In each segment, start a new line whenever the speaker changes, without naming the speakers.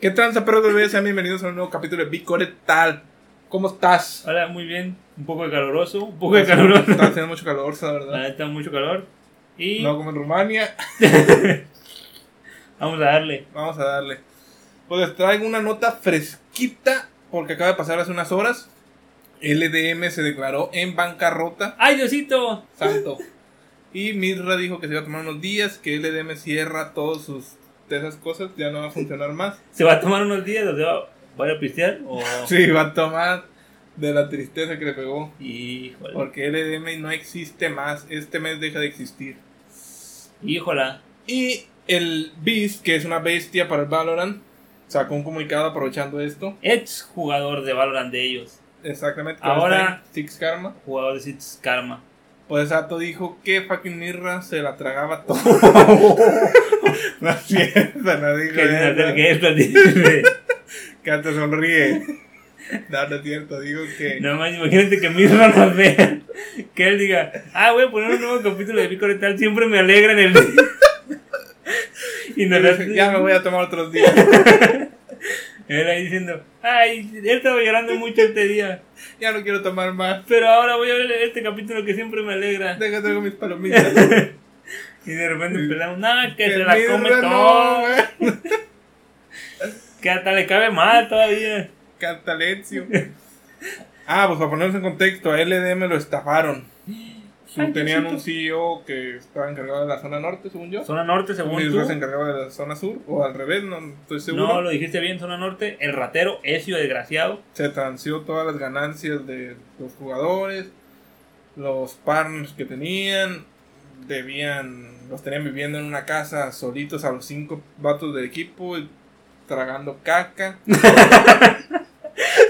¿Qué tranza, perros bebés? Sean bienvenidos a un nuevo capítulo de Bicore Tal. ¿Cómo estás?
Hola, muy bien. Un poco de caloroso, un poco de calor.
Está haciendo mucho calor, la
La
verdad.
neta, está mucho calor. Y
No como en Rumania.
vamos a darle.
Vamos a darle. Pues les traigo una nota fresquita porque acaba de pasar hace unas horas. LDM se declaró en bancarrota.
¡Ay, Diosito!
Santo. Y Mirra dijo que se iba a tomar unos días, que LDM cierra todos sus de esas cosas, ya no va a funcionar más.
¿Se va a tomar unos días o se va va a ir a pistear? O...
Sí, va a tomar de la tristeza que le pegó.
Híjole.
Porque LDM no existe más. Este mes deja de existir.
Híjola.
Y el Beast, que es una bestia para el Valorant, sacó un comunicado aprovechando esto.
Ex jugador de Valorant de ellos.
Exactamente. que
Ahora-
está en Six Karma.
Jugador de Sits Karma.
Pues Sato dijo que fucking Mirra se la tragaba todo. no es cierto, no dijo
¿Qué
eso.
es? ¿Qué es?
Que hasta sonríe. No, no es cierto, digo que.
No más, imagínate que Mirra nos vea. Que él diga, ah, voy a poner un nuevo capítulo de Pico Tal. Siempre me alegra en el día. y nos
Dice,
vea-
ya me voy a tomar otros días.
Él ahí diciendo, ay, él estaba llorando mucho este día,
Ya no quiero tomar más.
pero ahora voy a ver este capítulo que siempre me alegra.
Déjate con mis palomitas.
Y de repente pelado, nada, que
Que
se la
Mirra
come
no,
todo,
güey.
que hasta le cabe mal todavía.
Cantalencio. Ah, pues para ponernos en contexto, a LDM lo estafaron. Su-
Ay,
tenían
Diosito.
un CEO que estaba encargado de la zona norte, según yo.
Zona Norte,
Un
según
director se
tú.
encargaba de la zona sur, o al revés, no estoy seguro.
No, lo dijiste bien, Zona Norte, el ratero, Ezio, desgraciado.
Se transeó todas las ganancias de los jugadores, los partners que tenían, debían, los tenían viviendo en una casa solitos a los cinco vatos del equipo, y tragando caca.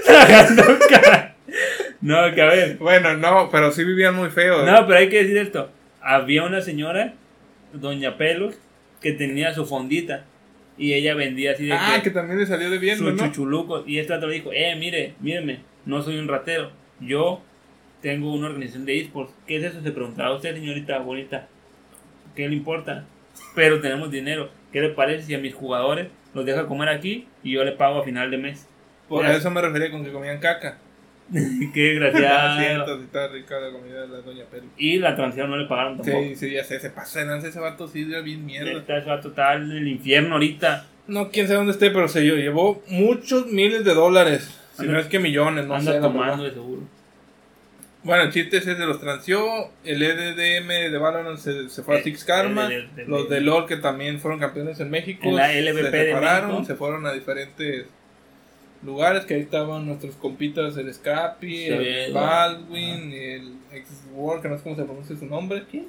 Tragando ca- no, que a ver.
Bueno, no, pero sí vivían muy feo. ¿eh?
No, pero hay que decir esto. Había una señora, Doña Pelos, que tenía su fondita. Y ella vendía así de
ah, que también le salió debiendo,
su
¿no?
chuchuluco. Y este otro dijo, eh, mire, míreme, no soy un ratero. Yo tengo una organización de esports. ¿Qué es eso? Se preguntaba usted, señorita bonita. ¿Qué le importa? Pero tenemos dinero. ¿Qué le parece si a mis jugadores los deja comer aquí y yo le pago a final de mes?
Por
Mira.
a eso me refería con que comían caca.
Qué
Ya.
desgraciado.
Siento, si estaba rica la comida de la doña Pelu.
Y la transición no le pagaron tampoco.
Sí, sí, ya sé, se pasa de lanza ese vato, sí, ya bien mierda.
Neta, eso va total el infierno ahorita.
No, quién sabe dónde esté, pero se yo llevó muchos miles de dólares. Si
Anda-
no es que millones, no
Anda
sé. la
tomando
verdad.
de seguro.
Bueno, el chiste es ese, los transió, el E EDDM de Valorant se, se fue a
El-
Six Karma,
Eh, el E de- de-
los de LOL que también fueron campeones en México,
En la LVP
se
de
separaron,
México.
se fueron a diferentes lugares, que ahí estaban nuestros compitas, el Scapi,
Se ve,
el Baldwin, y el ex World, que no sé cómo se pronuncia su nombre,
¿Quién?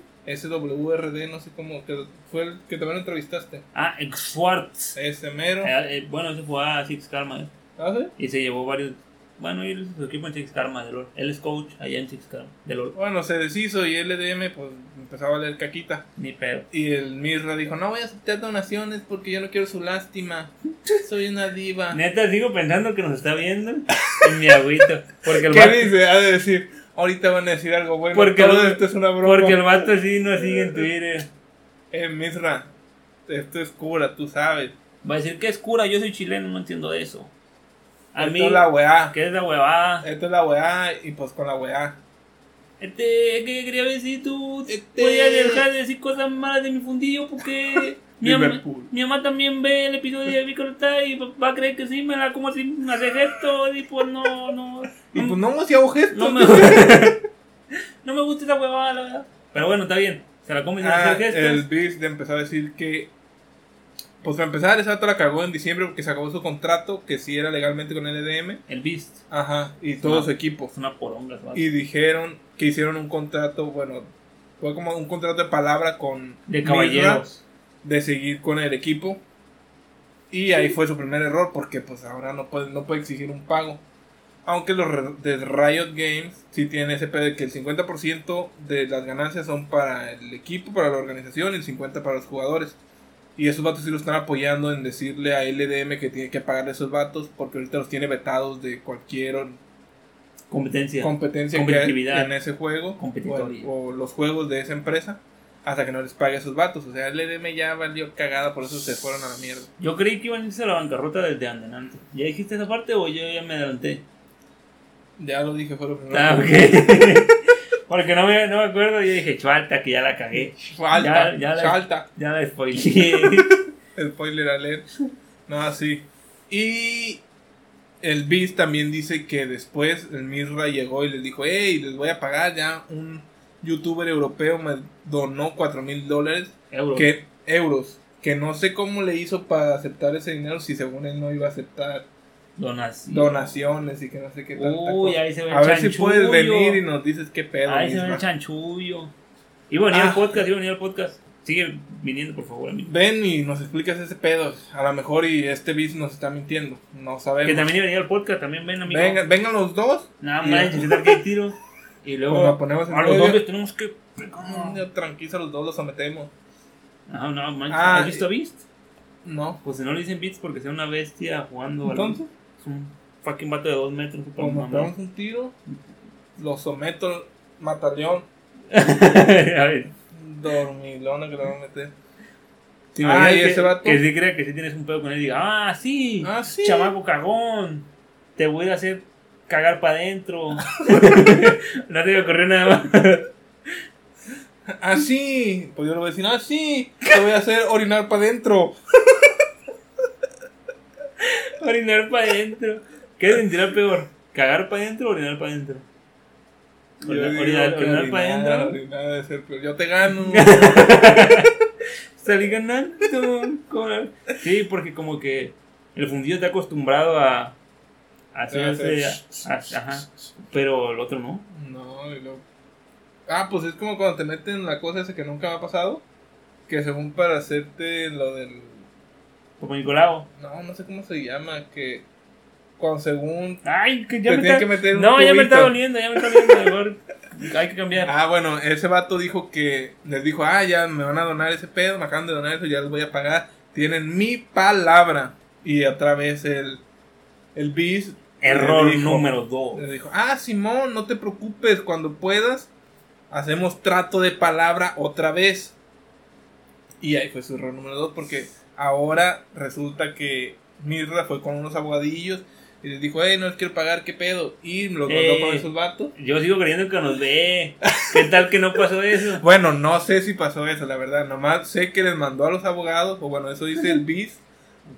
SWRD, no sé cómo, que fue el que también lo entrevistaste,
Ah, ex Schwartz.
ese mero,
Eh, eh, bueno, eso fue a Six Karma. eh.
¿Ah, sí?
Y se llevó varios. Bueno, y su equipo en Six Karma de LOL. Él es coach allá en Six Karma de LOL.
Bueno, se deshizo y LDM pues empezaba a leer caquita.
Ni pedo.
Y el Mirra dijo, no voy a aceptar donaciones porque yo no quiero su lástima. Soy una diva.
Neta, sigo pensando que nos está viendo. En mi agüito. Porque el
¿Qué
vato,
dice? Ha de decir, ahorita van a decir algo bueno.
Porque
todo
el-
esto es una broma.
porque el vato sí nos sigue en Twitter.
Eh, Mirra, esto es cura, tú sabes.
Va a decir que es cura, yo soy chileno, no entiendo de eso. A
esto
mí,
es la weá.
¿qué es la huevada?
Esto es la weá y pues con la weá.
Este, que quería ver si tú
Este-
podías dejar de decir cosas malas de mi fundillo porque. Mi mamá,
Liverpool.
mi mamá también ve el episodio de Bicoleta y va a creer que sí, me la como así, me hace gesto y pues no, no.
Y
no-
pues no, si hago gestos.
Mm. No me, no me gusta esa huevada, la verdad. Pero bueno, está bien. Se la comen sin
Ah,
pues, hacer gestos.
el Beast de empezó a decir que... Pues para empezar, esa otra la cagó en diciembre porque se acabó su contrato, que sí era legalmente con LDM.
El Beast.
Ajá, y todo
No.
su equipo.
Es una poronga, ¿sabes?
y dijeron que hicieron un contrato, bueno, fue como un contrato de palabra con
De
Mirra
caballeros.
de seguir con el equipo. Y ahí fue su primer error porque pues ahora no puede, no puede exigir un pago. Aunque los re- de Riot Games sí tienen ese pedo de que el 50% de las ganancias son para el equipo, para la organización y el 50% para los jugadores. Y esos vatos sí lo están apoyando en decirle a LDM que tiene que pagarle a esos vatos porque ahorita los tiene vetados de cualquier
Competencia.
competencia que hay
Competitividad.
en ese juego
Competitoria.
o, o los juegos de esa empresa. hasta que no les pague a sus vatos. O sea, el EDM ya valió cagada, por eso se fueron a la mierda.
Yo creí que iban a irse a la bancarrota desde antes. ¿Ya dijiste esa parte o yo ya me adelanté?
Ya lo dije, fue lo primero.
Ah,
que dije.
ok. Porque no me, no me acuerdo, yo dije, chualta, que ya la cagué.
Falta,
Ya- ya la-
falta.
Ya la spoileé.
Spoiler alert. No, así. Y el Beast también dice que después el Misra llegó y les dijo, hey, les voy a pagar ya un youtuber europeo me donó 4 mil dólares
Euro.
que euros que no sé cómo le hizo para aceptar ese dinero si según él no iba a aceptar
Donas.
donaciones y que no sé qué tanta
Uy,
cosa.
ahí se ve el
a ver si puedes
chanchullo.
venir y nos dices qué pedo
Ahí se ve
Misra.
el chanchullo. Iba a venir
Ah.
al podcast, iba a venir al podcast. Sigue viniendo, por favor, amigo.
ven y nos explicas ese pedo a lo mejor y este Beast nos está mintiendo no sabemos
Que también iba a venir al podcast, también ven, amigo.
Venga- vengan los dos
Nada
y- pues,
más, intentar que hay tiro. Y luego
Nos la ponemos en
a los
medio.
hombres tenemos que.
No, Tranquilos, los dos los sometemos.
Ah, no, manches.
Ah,
¿Has visto Beast?
No.
Pues si no le dicen Beats porque sea una bestia jugando al-
Entonces,
Es un fucking vato de dos metros. super
como
mamón.
pegamos un tiro, lo someto, mataleón,
a ver.
dormilona que le van a meter.
¿te
ah,
imaginas
y
que,
ese vato.
Que sí crea que sí tienes un pedo con él y diga, ah, sí,
Ah, sí.
chamaco cagón, te voy a hacer cagar para adentro. no te voy a correr nada más.
Así. Pues yo le voy a decir, así. Te voy a hacer orinar para adentro.
orinar para adentro. ¿Qué sentirá peor? ¿Cagar para adentro o orinar para adentro?
Yo
Orinar,
digo
orinar-
que
orinar para adentro.
orinar debe ser peor. Yo te gano.
Salí ganando. con- Sí, porque como que el fundido está acostumbrado a, a hacerse.
Ah,
a- a- ajá. Pero el otro no.
no, y luego- Ah, pues es como cuando te meten la cosa esa que nunca me ha pasado. Que según para hacerte lo del
Como Nicolau.
No, no sé cómo se llama, que cuando según...
Ay, que ya
Te
me
tienen
está.
que meter un
no, ya
tubito.
me está doliendo, ya me está doliendo. Mejor hay que cambiar.
Ah, bueno, ese vato dijo que... Les dijo, ah, ya me van a donar ese pedo, me acaban de donar eso, ya les voy a pagar. Tienen mi palabra. Y otra vez el... El bis...
Error
le dijo-
número 2.
Le dijo, ah, Simón, no te preocupes, cuando puedas, hacemos trato de palabra otra vez. Y ahí fue su error número dos, porque ahora resulta que Mirra fue con unos abogadillos y les dijo, hey, no les quiero pagar, ¿qué pedo? Y los
Eh.
mandó con esos vatos.
Yo sigo creyendo que nos ve. ¿Qué tal que no pasó eso?
Bueno, no sé si pasó eso, la verdad. Nomás sé que les mandó a los abogados, o bueno, eso dice el BIS.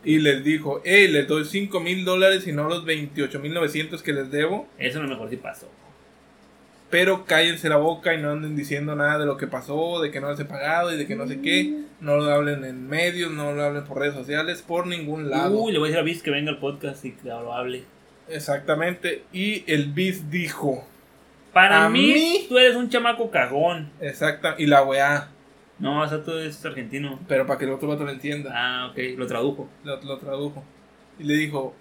Y les dijo, hey, les doy 5 mil dólares y no los 28 mil 900 que les debo.
Eso a lo mejor sí pasó.
Pero cállense la boca y no anden diciendo nada de lo que pasó, de que no les he pagado y de que no sé qué. No lo hablen en medios, no lo hablen por redes sociales, por ningún lado.
Uy, le voy a decir a Viz que venga al podcast y que lo hable.
Exactamente. Y el bis dijo,
Para
¿A
mí,
mí?
tú eres un chamaco cagón.
exacta, y la weá,
No, o sea, tú eres argentino.
pero para que el otro vato lo entienda,
Ah, ok, lo tradujo.
lo, lo tradujo. Y le dijo,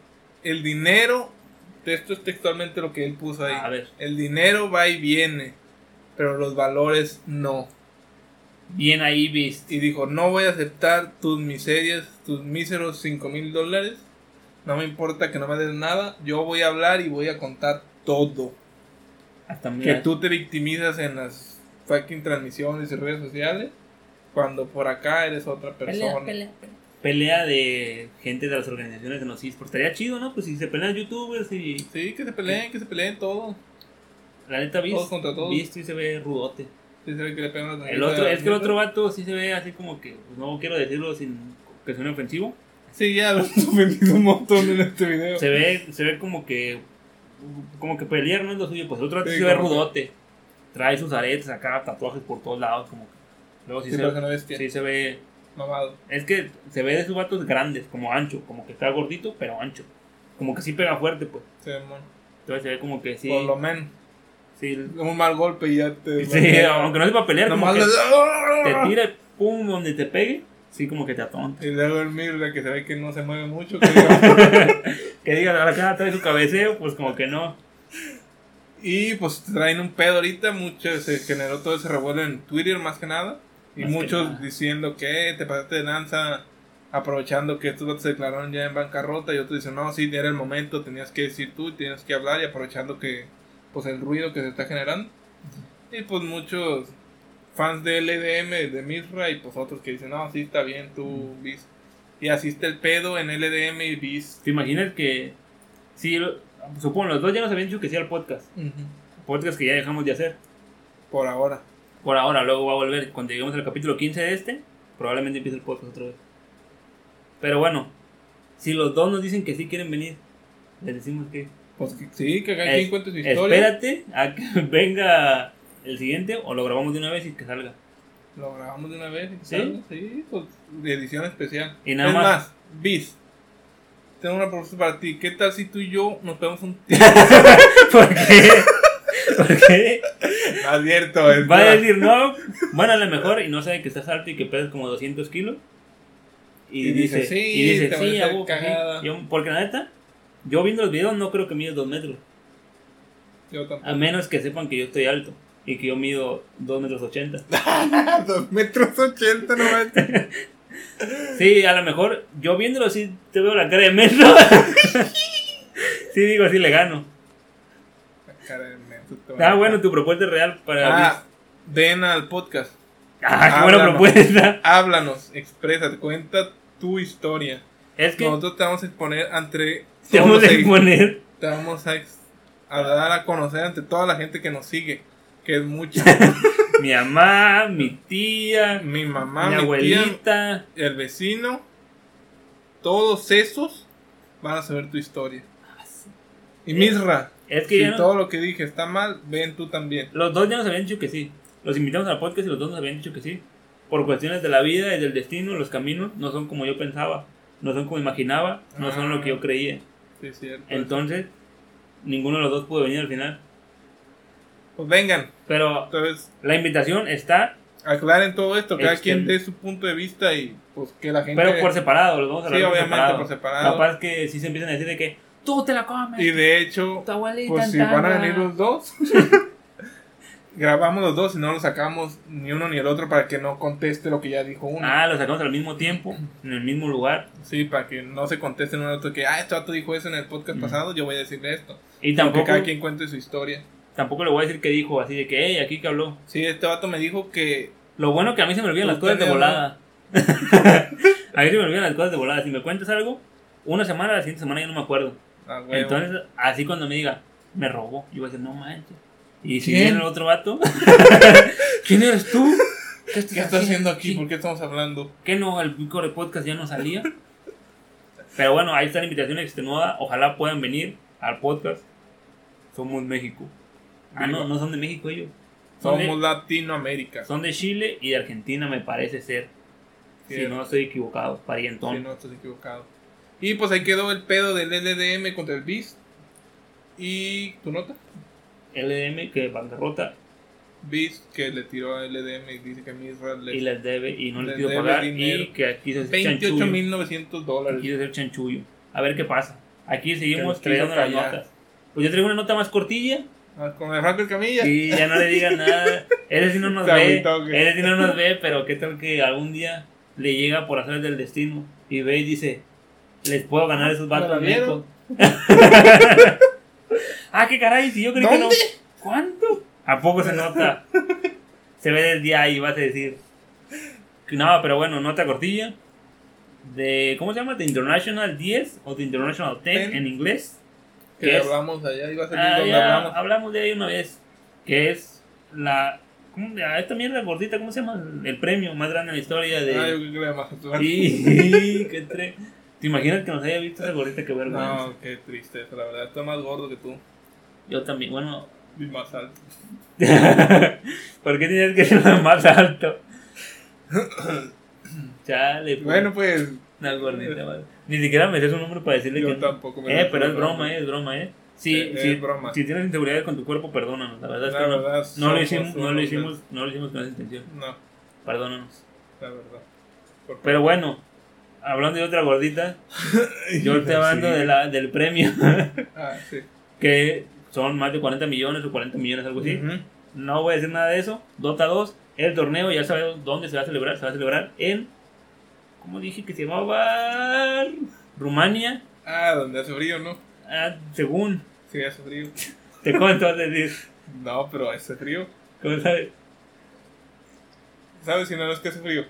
el dinero, esto es textualmente lo que él puso ahí.
A ver.
El dinero va y viene, pero los valores no.
Bien ahí, Viz.
y dijo, no voy a aceptar tus miserias, tus míseros 5 mil dólares, no me importa que no me des nada, yo voy a hablar y voy a contar todo.
Hasta
Que
mira,
tú te victimizas en las fucking transmisiones y redes sociales, cuando por acá eres otra persona.
pelea de gente de las organizaciones de los esports. Estaría chido, ¿no? Pues si se pelean youtubers y
Sí, que se peleen, que se peleen todo.
la neta Viz.
Todos contra todos.
Viz sí se ve rudote.
Sí, se ve que le pegan las
El
nalgas
otro,
a la
es que el
mierda.
otro vato sí se ve así como que, pues, no quiero decirlo sin que suene ofensivo.
Sí, ya lo hemos vendido un montón en este video.
Se ve, se ve como que, como que pelear no es lo suyo. Pues el otro vato
Sí,
sí se ve
como que-
rudote. Trae sus aretes acá, tatuajes por todos lados. Como que. Luego sí,
Sí,
se,
parece una bestia.
sí se ve.
Mamado.
Es que se ve de esos vatos grandes, como ancho. Como que está gordito, pero ancho. Como que sí pega fuerte, pues.
Se ve mono.
Entonces se ve como que sí.
Por lo menos.
sí,
Un mal golpe y ya te.
sí, aunque no es para pelear, como
Nomás
que
le-
te tira y pum donde te pegue. Sí, como que te atonta.
Y luego el Mirra que se ve que no se mueve mucho. que digamos.
Que diga, acá trae su cabeceo, pues como que no.
y pues traen un pedo ahorita. Mucho, se generó todo ese revuelo en Twitter más que nada. Y
Más que
muchos
nada.
diciendo que te pasaste de lanza aprovechando que estos vatos se declararon ya en bancarrota. Y otros dicen, no, sí, era el momento, tenías que decir tú, tienes que hablar. Y aprovechando que pues el ruido que se está generando. Y pues muchos fans del EDM, de Misra, y pues otros que dicen, no, sí, está bien, tú, Viz. Y así está el pedo en LDM y Viz.
¿Te imaginas que.? Sí, lo- supongo, los dos ya nos habían dicho que sí al podcast. Podcast que ya dejamos de hacer.
Por ahora.
Por ahora, luego va a volver. Cuando lleguemos al capítulo 15 de este, probablemente empiece el podcast otra vez. Pero bueno, si los dos nos dicen que sí quieren venir, les decimos que.
Pues que- sí, que cada
Es-
quien cuente su historia.
Espérate a que venga el siguiente o lo grabamos de una vez y que salga.
Lo grabamos de una vez. y
¿Sí?
sale, Sí, pues, de edición especial.
Y nada
es
más.
más, Viz. Tengo una propuesta para ti. ¿Qué tal si tú y yo nos pegamos un tiro?
¿Por qué? ¿Por qué?
Abierto, es
Va a
verdad.
decir no, van a la mejor y no sabe que estás alto y que pesas como 200 kilos. Y,
Y
dice,
dice, sí,
y dice,
te
sí,
voy a hacer
a huevo que sí".
cagada.
Yo- porque la neta, yo viendo los videos no creo que mides 2 metros.
Yo tampoco.
A menos que sepan que yo estoy alto y que yo mido 2 metros 80.
Ah, Dos metros ochenta, no manches.
Sí, a lo mejor yo viéndolo sí te veo la cara de metro. sí, digo, así le gano.
Cara de menso, te van a-
Ah, bueno, tu propuesta es real para.
Ah, ven al podcast.
Ah, qué buena
háblalo.
propuesta.
Háblanos, exprésate, cuenta tu historia.
Es que
Nosotros te vamos a exponer ante.
te
todos
vamos a
los seguidores.
exponer.
te vamos a, ex- a dar a conocer ante toda la gente que nos sigue, que es mucha.
Mi mamá, mi tía,
mi mamá,
mi
mi,
abuelita.
tía, el vecino, todos esos van a saber tu historia. Y Misra,
Es Eh, que
si
ya no-
todo lo que dije está mal, ven tú también.
los dos ya nos habían dicho que sí. Los invitamos al podcast y los dos nos habían dicho que sí. Por cuestiones de la vida y del destino, los caminos no son como yo pensaba, no son como imaginaba, no son lo que
Ah.
yo creía.
Sí, es cierto.
Entonces, ninguno de los dos pudo venir al final.
Pues vengan,
Pero
entonces
la invitación está,
aclaren todo esto, cada
Extend-
quien dé su punto de vista y pues que la gente...
pero por separado, los vamos a
Sí,
hablar por
obviamente,
separado.
por separado.
Capaz que si se empiezan a decir de que tú te la comes,
y de hecho,
tu abuelita
pues si
en
van a
tanga".
venir los dos... Grabamos los dos y no los sacamos ni uno ni el otro para que no conteste lo que ya dijo uno.
Ah, los sacamos al mismo tiempo, en el mismo lugar.
Sí, para que no se contesten uno al otro que, ah, este vato dijo eso en el
Mm.
podcast pasado, yo voy a decirle esto. Tampoco.
Y tampoco,
Que cada quien cuente su historia.
tampoco le voy a decir que dijo, así de que, hey, aquí que habló.
Sí, este vato me dijo que...
Lo bueno que a mí se me olvidan las
Tú
cosas de
tenías, ¿no?
volada. a mí se me olvidan las cosas de volada. Si me cuentas algo, una semana, la siguiente semana ya no me acuerdo.
Ah, huevo.
Entonces, así cuando me diga, me robó, yo voy a decir, no manches. Y si
¿Quién?
viene el otro vato, ¿quién eres tú? ¿Qué estás,
¿Qué estás haciendo aquí? ¿Por qué estamos hablando?
¿Qué no? El pico de podcast ya no salía. Pero bueno, ahí está la invitación extenuada. Ojalá puedan venir al podcast. Somos México. Ah, no, no son de México ellos. Son de-
Somos Latinoamérica.
Son de Chile y de Argentina, me parece ser. Si
Cierto.
no estoy equivocado, parientón.
Si no, estás equivocado. Y pues ahí quedó el pedo del LDM contra el BIS. ¿Y tu nota?
LDM que bancarrota
BIS que le tiró a LDM y dice que Misra le...
y les debe y no les
Les
pido
debe
pagar
dinero.
y que aquí se hace chanchullo.
28.900
Aquí
dólares.
se hace el chanchullo. A ver qué pasa. Aquí seguimos
nos quiso
trayendo las
callar.
notas. Pues yo traigo una nota más cortilla
Ah, Con el Franco Camilla.
y ya no le digan nada. Ese sí no nos
Se
ve,
agüitó, güey.
ese sí no nos ve, pero qué tal que algún día le llega por hacer del destino y ve y dice, les puedo ganar a esos
la
vatos.
vieron.
México". ah, qué caray, si yo creí que no.
¿Dónde?
¿Cuánto? ¿A poco se nota? Se ve del día y vas a decir. No, pero bueno, nota cortilla. De, ¿Cómo se llama? The International 10 o The International 10
Ten.
en inglés.
Que
¿Qué es?
hablamos allá. Iba a salir
Ah,
donde
ya
hablamos.
hablamos de ahí una vez. Que es la. ¿cómo, ah, esta mierda gordita, ¿cómo se llama? El premio más grande en la historia de.
Ah, yo creo que era Mazatlán.
Sí, qué tre- ¿Te imaginas que nos haya visto esa gordita? Qué vergüenza.
No, qué tristeza, la verdad. Estoy más gordo que tú.
Yo también, bueno.
Y más alto.
¿Por qué tenías que ser más alto? Chale, pues,
Bueno, pues.
una gordita, vale. Ni siquiera me sé su nombre para decirle
Yo
que.
tampoco me
Eh,
sé
pero
su
es broma,
nombre.
eh, es broma, eh. Si,
Eh,
si,
es broma.
si tienes inseguridades con tu cuerpo, perdónanos. La verdad es
La
que no-
verdad,
no, lo
somos
hicimos, no, lo
unos
hicimos, no lo hicimos con esa intención.
No,
Perdónanos.
la verdad. Por-
Pero bueno, hablando de otra gordita, yo te
Sí.
hablando de la, del premio,
Ah, sí.
que son más de 40 millones o 40 millones, algo así.
Ujú.
No voy a decir nada de eso. Dota 2, el torneo, ya sabemos dónde se va a celebrar. Se va a celebrar en. ¿Cómo dije que se llamaba? Rumania.
Ah, donde hace frío, ¿no?
Ah, según.
Sí, hace frío.
Te cuento, vas a decir.
No, pero hace frío.
¿Cómo sabes?
¿Sabes si no es que hace frío?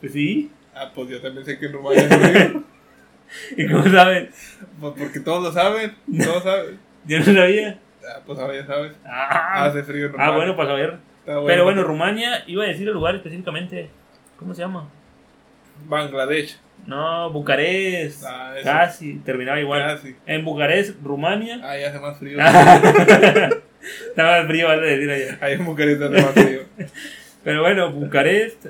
Pues sí.
Ah, pues yo también sé que en Rumania hace frío.
¿Y cómo saben?
Pues porque todos lo saben. Todos saben.
Yo no sabía.
Ah, pues ahora ya sabes.
Ah,
Hace frío en Rumania. pues.
ah bueno, para saber.
Está
Pero bueno, Rumania, iba a decir el lugar específicamente. ¿Cómo se llama?
Bangladesh.
No, Bucarest.
Ah, eso.
Casi, terminaba igual.
Casi. Ah,
En Bucarest, Rumania.
Ahí Ah, hace más frío.
Ah. Estaba frío, vale decir allá.
Ahí en Bucarest hace más frío.
Pero bueno, Bucarest,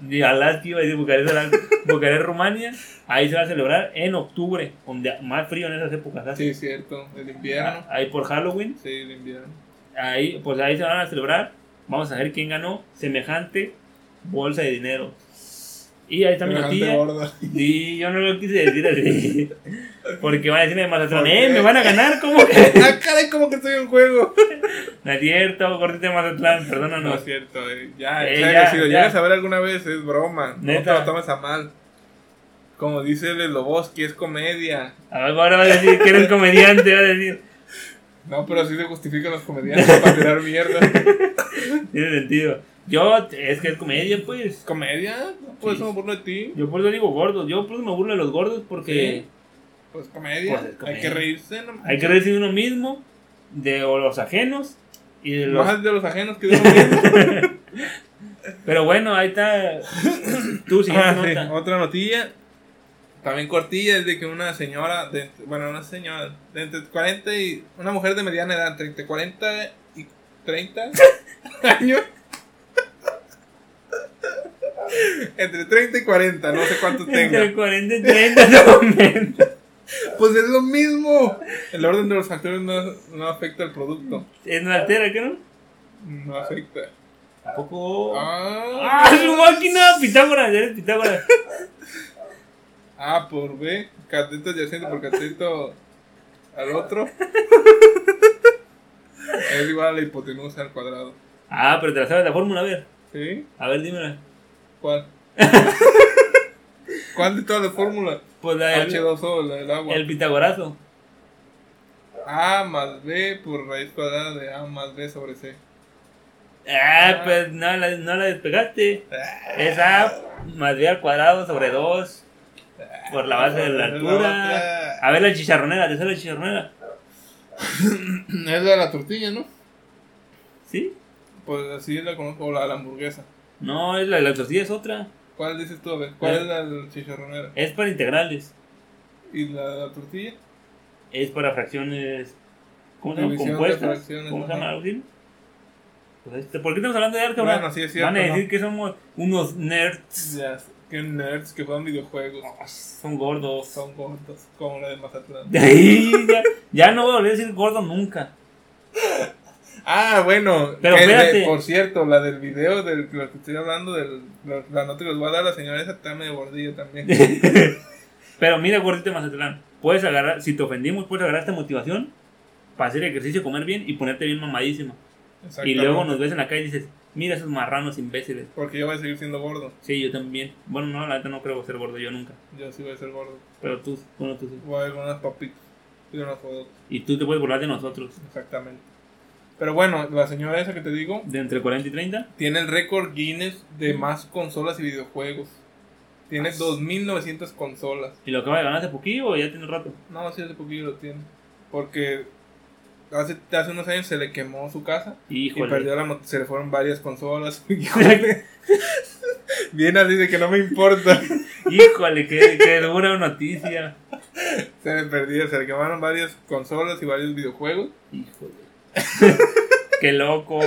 de Alaska iba a decir Bucarest, Alaska, Bucarest, Rumania. Ahí se va a celebrar en octubre, donde más frío en esas épocas. ¿sabes?
Sí, es cierto. El invierno.
Ahí por Halloween.
Sí, el invierno.
Ahí, pues ahí se van a celebrar. Vamos a ver quién ganó semejante bolsa de dinero. Y ahí está mi
Semejante
noticia.
gorda.
Sí, yo no lo quise decir así. Porque van a decirme de Mazatlán,
¿Por
¡eh!
qué?
¿Me van a ganar? ¿Cómo que?
Ah, caray, como que estoy en juego.
No es cierto, gordito de Mazatlán,
No
perdónanos.
es cierto, eh. ya,
Eh,
en serio,
ya,
si lo
ya.
llegas a ver alguna vez, es broma. No te
Neta.
lo tomes a mal. Como dice Loboski, es comedia.
A ver, ahora va a decir que eres comediante, va a decir.
No, pero sí se justifican los comediantes para tirar mierda.
Tiene sentido. Yo, es que es comedia, pues.
¿Comedia? No, Pues
Sí.
no me burlo de ti.
Yo por eso digo gordos. Yo por eso me burlo de los gordos porque
Sí. Pues comedia.
Pues, es
Hay
comedia.
que reírse. No,
hay que decir uno mismo, de o los ajenos y de los
Más de los ajenos que de los mismos.
Pero bueno, ahí está tu siguiente
Ah, sí,
nota.
Otra notilla. También cortilla es de que una señora, de, bueno, una señora de entre 40 y. Una mujer de mediana edad, entre 40 y 30 años. entre 30 y 40, no sé cuánto
Entre el
tenga.
40 y 30 no, men.
Pues es lo mismo. El orden de los factores no, no afecta al producto.
Es una altera, ¿qué no?
No afecta.
¿A poco?
Ah,
¡Ah, su máquina! Pitágoras, eres Pitágoras.
A por B, cateto adyacente por cateto al otro. es igual a la hipotenusa al cuadrado.
Ah, pero te la sabes la fórmula, a ver.
¿Sí?
A ver, dímela.
¿Cuál? ¿Cuál de todas las fórmulas?
Pues la del
H2O, la del agua.
el pitagorazo.
A más B por raíz cuadrada de A más B sobre C.
Ah, pues no la, no la despegaste.
Ah.
Es A más B al cuadrado sobre 2 por la base de la altura. A ver, la chicharronera, ¿te sale la chicharronera?
Es la de la tortilla, ¿no?
¿Sí?
Pues así la conozco, o la de la hamburguesa.
No, es la de la tortilla, es otra.
¿Cuál dices tú? A ver, ¿cuál
La-
es la del chicharronera?
Es para integrales.
¿Y la de la tortilla?
es para fracciones. ¿Cómo se llama?
División de
Compuestas.
fracciones,
¿Cómo se
ajá.
llama? algo así? Pues, este, ¿Por qué estamos hablando de álgebra?
Bueno, sí es cierto,
Van a decir
¿no?
que somos unos nerds.
Ya, qué nerds que juegan videojuegos.
Ah, Son gordos.
Son gordos, como la de Mazatlán.
De ahí ya, ya no voy a volver a decir gordo nunca.
Ah, bueno.
Pero
que de-
espérate.
por cierto, la del video del lo que estoy hablando, del, la, la nota que les voy a dar, la señora esa está medio gordilla también.
Pero mira, gordito de Mazatlán. Puedes agarrar, si te ofendimos, puedes agarrar esta motivación para hacer ejercicio, comer bien y ponerte bien mamadísimo. Y
Exactamente.
luego nos ves en la calle y dices, mira esos marranos imbéciles.
Porque yo voy a seguir siendo gordo.
Sí, yo también. Bueno, no, la neta no creo ser gordo yo nunca.
Yo sí voy a ser gordo.
Pero tú, bueno, tú sí.
Voy a ver unas papitas y unos jodos.
Y tú te puedes burlar de nosotros.
Exactamente. Pero bueno, la señora esa que te digo
De entre 40 y 30.
tiene el récord Guinness
Mm.
de más consolas y videojuegos. Tiene 2.900 consolas.
¿Y lo acaba de ganar hace poquillo o ya tiene rato?
No, sí, hace poquillo lo tiene. Porque hace, hace unos años se le quemó su casa y
Híjole.
perdió la mo- se le fueron varias consolas. Híjole. Bien así de que no me importa.
Híjole, qué, qué dura noticia.
Se le perdió, se le quemaron varias consolas y varios videojuegos.
Híjole. qué loco.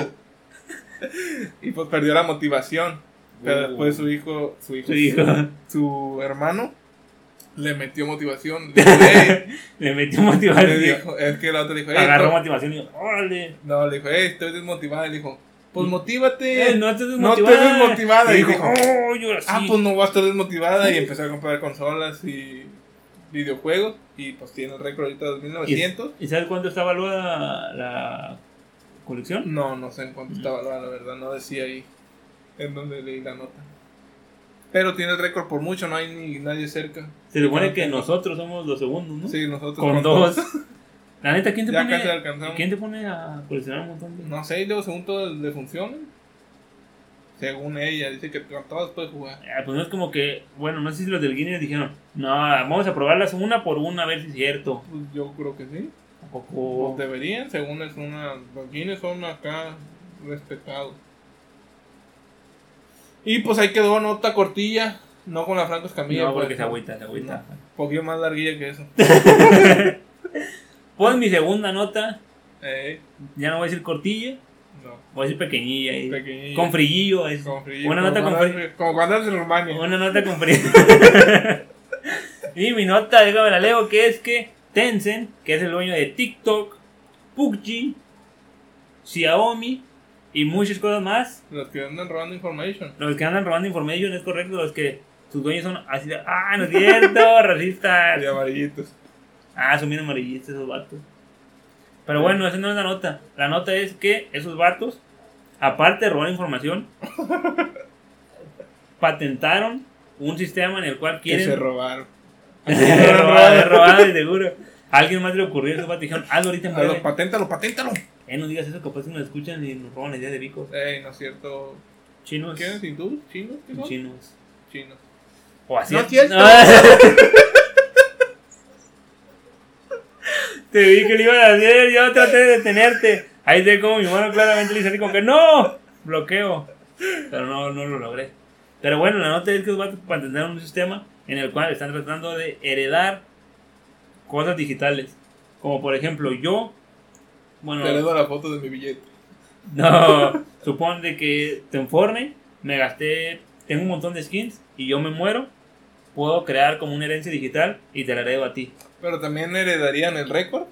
Y pues perdió la motivación. Pero
Uh.
después su hijo, su hijo,
Su hijo
su hermano le metió motivación. Le dijo, "Ey",
le metió
le
motivación.
dijo- es que el otro le dijo, "Ey,
Agarró
to-".
motivación y dijo, órale.
no, le dijo, "Ey, estoy desmotivado. Y le dijo, pues
Mm.
motívate.
Eh, no estés
No te
desmotivada.
desmotivada.
Y
Y
dijo,
dijo,
oh, yo así.
Ah, pues no va a estar desmotivada y empezó a comprar consolas y videojuegos y pues tiene el récord ahorita de
¿Y,
2900.
¿Y sabes cuánto está evaluada la colección?
No, no sé en cuánto está valorada, la verdad, no decía ahí en donde leí la nota. Pero tiene el récord por mucho, no hay ni nadie cerca.
Se supone que nosotros somos los segundos, ¿no?
Sí, nosotros
Con dos. La neta, ¿quién te
Ya casi
pone,
alcanzamos.
¿quién te pone a coleccionar un montón de.?
No sé, y luego según todo le funciona. Según ella, dice que con todas puedes jugar.
Ah, Pues no es como que, bueno, no sé si los del Guinness dijeron, no, vamos a probarlas una por una a ver si es cierto.
Pues yo creo que sí.
Tampoco.
Pues deberían, según es una. Los Guinness son acá respetados. Y pues ahí quedó nota cortilla. No con la Franco Escamilla.
No,
pues.
porque se agüita, se agüita.
No, un poquito más larguilla que eso.
Pues mi segunda nota,
Ey,
ya no voy a decir cortilla,
Eh, no.
voy a decir pequeñilla. ahí.
Pequeñilla.
Con frillillo. es-
Como frío,
Una
como
nota con
cuando-
frío.
Como cuando andas en Rumania.
Una nota con frío. y mi nota, déjame la leo, que es que Tencent, que es el dueño de TikTok, PUBG, Xiaomi y muchas cosas más,
Los que andan robando information.
Los que andan robando información es correcto, los que sus dueños son así de, ah, no es cierto, racistas.
De amarillitos.
Ah, son bien amarillistas esos vatos. Pero bueno, esa no es la nota. La nota es que esos vatos, aparte de robar información, patentaron un sistema en el cual
Que se
quieren...
robaron.
robado, robado, y seguro. A alguien más le ocurrió eso, vatos dijeron, hazlo ahorita en
A los
breve.
paténtalo, paténtalo.
Eh, no digas eso, capaz que nos escuchan y nos roban la idea de Vico.
Ey, no es cierto.
Chinos.
¿Quiénes hindú? ¿Chinos? ¿Qué son?
Chinos.
Chinos.
O así
No
es.
es cierto.
te vi que lo iban a hacer, yo traté de detenerte. Ahí te como mi mano claramente le hice así como que ¡No! Bloqueo. Pero no, no lo logré. Pero bueno, la nota es que los vatos patentaron un sistema en el cual están tratando de heredar cosas digitales. Como por ejemplo, yo. Bueno,
Te le doy la foto de mi billete.
no, supone de que te informe, me gasté, tengo un montón de skins y yo me muero, puedo crear como una herencia digital y te la heredo a ti.
Pero también heredarían el récord.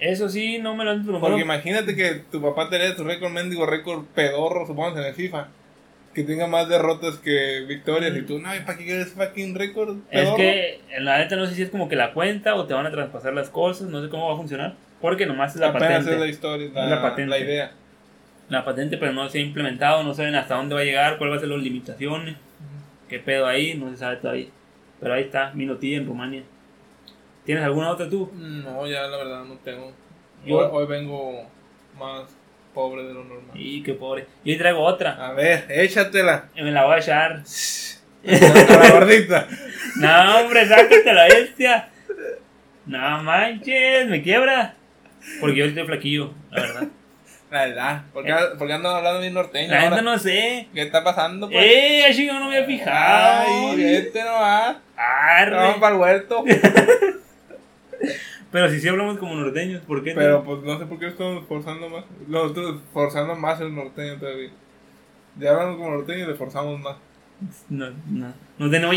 Eso sí, no me lo han informado.
Porque imagínate que tu papá te hereda tu récord mendigo, récord pedorro, supongamos en el FIFA. Que tenga más derrotas que victorias. Y tú, no, ¿para qué quieres fucking récord
Es
pedorro?
que en la neta no sé si es como que la cuenta o te van a traspasar las cosas, no sé cómo va a funcionar, porque nomás es la
Apenas
patente.
es la historia, la,
La patente.
la idea.
La patente, pero no se ha implementado, no saben hasta dónde va a llegar, cuáles van a ser las limitaciones, qué pedo ahí, no se sabe todavía. Pero ahí está, mi notilla en Rumania. ¿Tienes alguna otra tú?
No, ya la verdad no tengo.
Yo-
Hoy, hoy vengo más pobre de lo normal.
Y qué pobre. Yo ahí traigo otra.
A ver, échatela.
Me la voy a echar.
A la gordita.
No, hombre, sácate la bestia. No manches, me quiebra. Porque yo estoy flaquillo, la verdad.
La verdad. Porque, porque ando hablando bien norteño.
La
ahora?
gente no sé.
¿Qué está pasando? Pues?
¡Eh! así yo no me había fijado.
Ay, este no va.
Arre.
Vamos para el huerto.
Pero si sí hablamos como norteños, ¿por qué?
Pero pues no sé por qué estamos forzando más. Nosotros forzando más el norteño todavía. Ya hablamos como norteño y le forzamos más.
No, no, no tenemos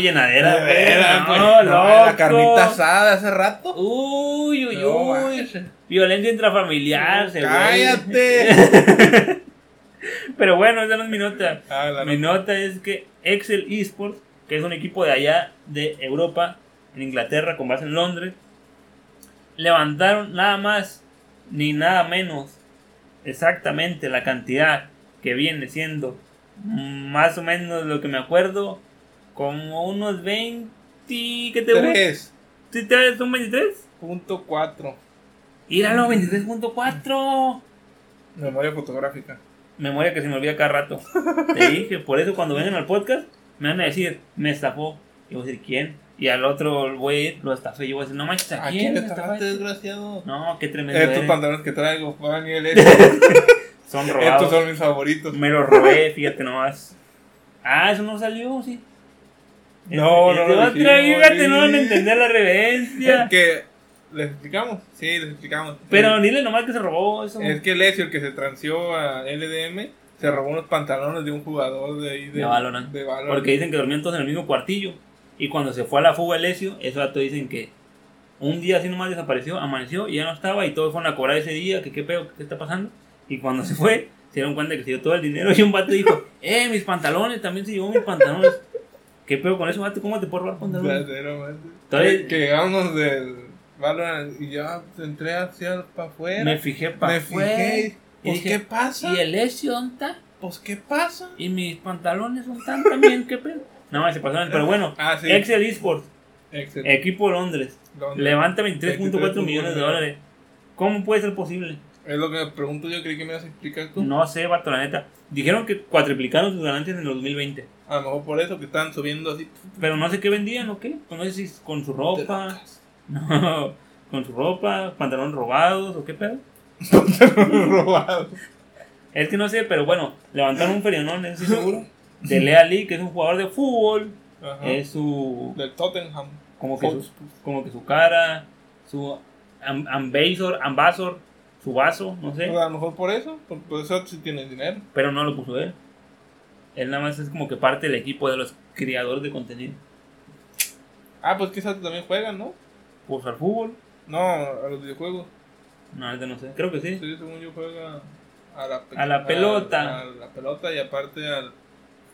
De
llenadera.
veras,
no,
pues.
loco.
La carnita asada hace rato.
Uy, uy,
No
uy.
manches.
Violencia intrafamiliar, se ve.
¡Cállate!
Pero bueno, esa no es mi nota.
Ah, la
Mi
no-
nota es que Excel Esports, que es un equipo de allá de Europa, en Inglaterra, con base en Londres, levantaron nada más ni nada menos exactamente la cantidad que viene siendo mm, más o menos lo que me acuerdo, como unos 20, ¿qué te gusta? 3. ¿Son 23?
3.4.
Íralo, 23.4.
Memoria fotográfica.
Memoria que se me olvida cada rato. Te dije, por eso cuando vengan al podcast me van a decir, me estafó. Y voy a decir, ¿quién? Y al otro güey lo estafé. Y yo voy a decir, no manches, ¿a,
¿A
quién?
quién
me
estafaste,
estafaste?
desgraciado?
No, qué tremendo.
Estos
eres.
pantalones que traigo, Daniel, estos,
Son
estos
robados.
son mis favoritos.
Me los robé, fíjate nomás. Ah, eso no salió, sí.
No,
Este-
no lo
este otro,
dijimos,
fíjate, no van a
sí.
entender la reverencia.
Es que les explicamos, sí, les explicamos.
Pero
es,
dile nomás que se robó eso.
es que Lesio, el que se transeó a LDM, se robó unos pantalones de un jugador de ahí de,
De Valorant.
de Valorant.
Porque dicen que dormían todos en el mismo cuartillo. Y cuando se fue a la fuga el Ezio, esos datos dicen que un día así nomás desapareció, amaneció y ya no estaba. Y todos fueron a cobrar ese día, que qué pedo, que qué está pasando. Y cuando se fue, se dieron cuenta que se dio todo el dinero. Y un vato dijo, eh, mis pantalones, también se llevó mis pantalones. ¿Qué pedo con eso, vato? ¿Cómo te puedo robar pantalones?
Verdaderamente.
Todavía-
Que llegamos del Valorant y ya entré hacia para afuera.
Me fijé para
Pues, me fijé.
Y
Pues
dije,
qué pasa,
¿Y el Ezio dónde está?
pues qué pasa.
¿Y mis pantalones dónde están también? ¿Qué pedo? No, se pasaron. Pero bueno,
Ah, sí.
Excel Esports,
Excelente.
equipo Londres.
¿Dónde?
Levanta 23.4 millones de dólares. ¿Cómo puede ser posible?
Es lo que me pregunto yo, creí que me ibas a explicar tú.
No sé, vato, la neta. Dijeron que cuatriplicaron sus ganancias en el 2020.
A lo mejor por eso que están subiendo así.
Pero no sé qué vendían o qué. Pues no sé si es con su ropa.
Trocas.
No, con su ropa, pantalón robados o qué pedo.
Robado.
Es que no sé, pero bueno, levantaron un ferianón, eso sí seguro. De Lea Lee, que es un jugador de fútbol.
Ajá.
Es su.
Del Tottenham.
Como que su, como que su cara, su am- ambassador, ambassador, su vaso, no sé.
O sea, a lo mejor por eso, por, por eso sí tienes dinero.
Pero no lo puso él. Él nada más es como que parte del equipo de los creadores de contenido.
Ah, pues quizás también juegan, ¿no?
Puso al fútbol.
No, a los videojuegos.
No, ahorita no sé. Creo que sí.
Sí, según yo juega a la, pe-
A la pelota.
A, la pelota y aparte al...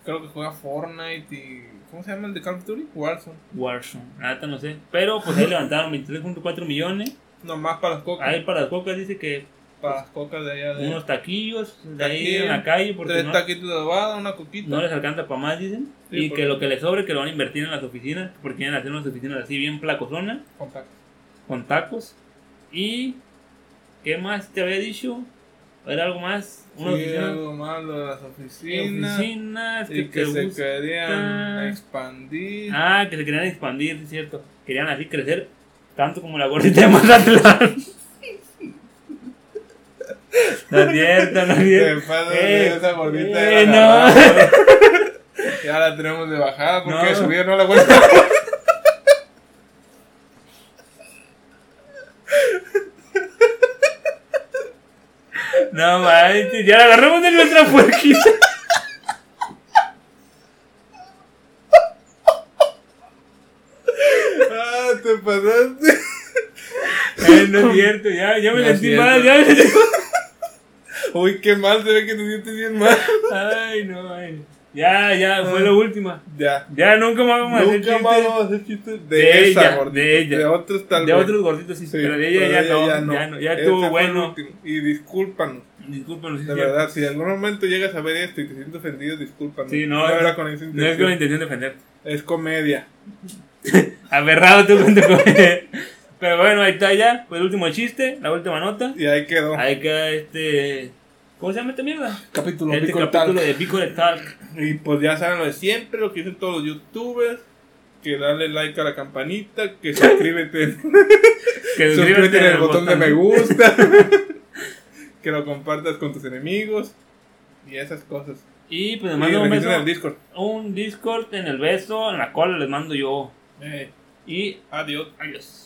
Creo que juega Fortnite y... ¿Cómo se llama el de Call of Duty? Warzone.
Warzone. Ahorita no sé. Pero pues ahí levantaron 23.4 millones.
Nomás para las cocas.
Ahí para las cocas dice que
Para las cocas de allá de...
unos taquillos de ahí
Taquillos,
en la calle porque
Tres
no,
taquitos de adobada, una coquita.
no les alcanza para más, dicen.
Sí,
y
por
que
eso.
lo que les sobre que lo van a invertir en las oficinas porque quieren hacer unas oficinas así bien placozonas.
Con tacos.
con tacos. ¿Y qué más te había dicho? ¿Era algo más?
Sí,
Una oficina-
algo más lo de las oficinas.
oficinas que,
y que
te
se
gusta.
querían expandir.
Ah, que se querían expandir, sí, es cierto. Querían así crecer tanto como la gorrita de Mazatlán. No es cierto, no es
Te
cierto.
pasas
Eh,
de esa gordita
eh,
de la
no.
grabada. Ya la tenemos de bajada porque
No.
subir no la vuelta.
No manches, ya la agarramos de nuestra puerquita.
Ah, te pasaste.
Eh, no es cierto, ya, ya me
No es
sentí
cierto.
mal, ya me sentí
Uy, qué mal, se ve que te sientes bien mal.
Ay, no, ay. Ya, ya, fue la última.
Ya.
Ya, nunca más vamos a hacer
Ah. Nunca más
chistes.
vamos a hacer chistes de,
De
esa
ella,
gordita.
de ella.
De otros tal
De
vez.
otros gorditos sí,
Sí,
pero de ella, ya,
de
no, ya no.
Ese
Ya,
Este fue
estuvo
el
bueno.
último. Y discúlpanos.
Discúlpanos, sí,
De
sí.
verdad, si en algún momento llegas a ver esto y te sientes ofendido, discúlpanos.
Sí, no,
era
no-
con esa
No es con la
intención.
intención de ofender.
Es comedia.
Aberrado tú con tu Pero bueno, ahí está ya. Fue el último chiste, la última nota.
Y ahí quedó.
Ahí queda este. ¿Cómo se llama esta mierda?
Capítulo
este
Pico
capítulo
Talk.
de Pico de Talk.
Y pues ya saben lo de siempre, lo que dicen todos los youtubers. Que darle like a la campanita, que suscríbete,
Que
suscríbete en el botón de me
gusta.
gusta, que lo compartas con tus enemigos y esas cosas.
Y pues
Y
les mando un
regístrate en
beso.
el Discord.
Un Discord en el beso, en la cola les mando yo.
Eh,
Y
adiós.
adiós.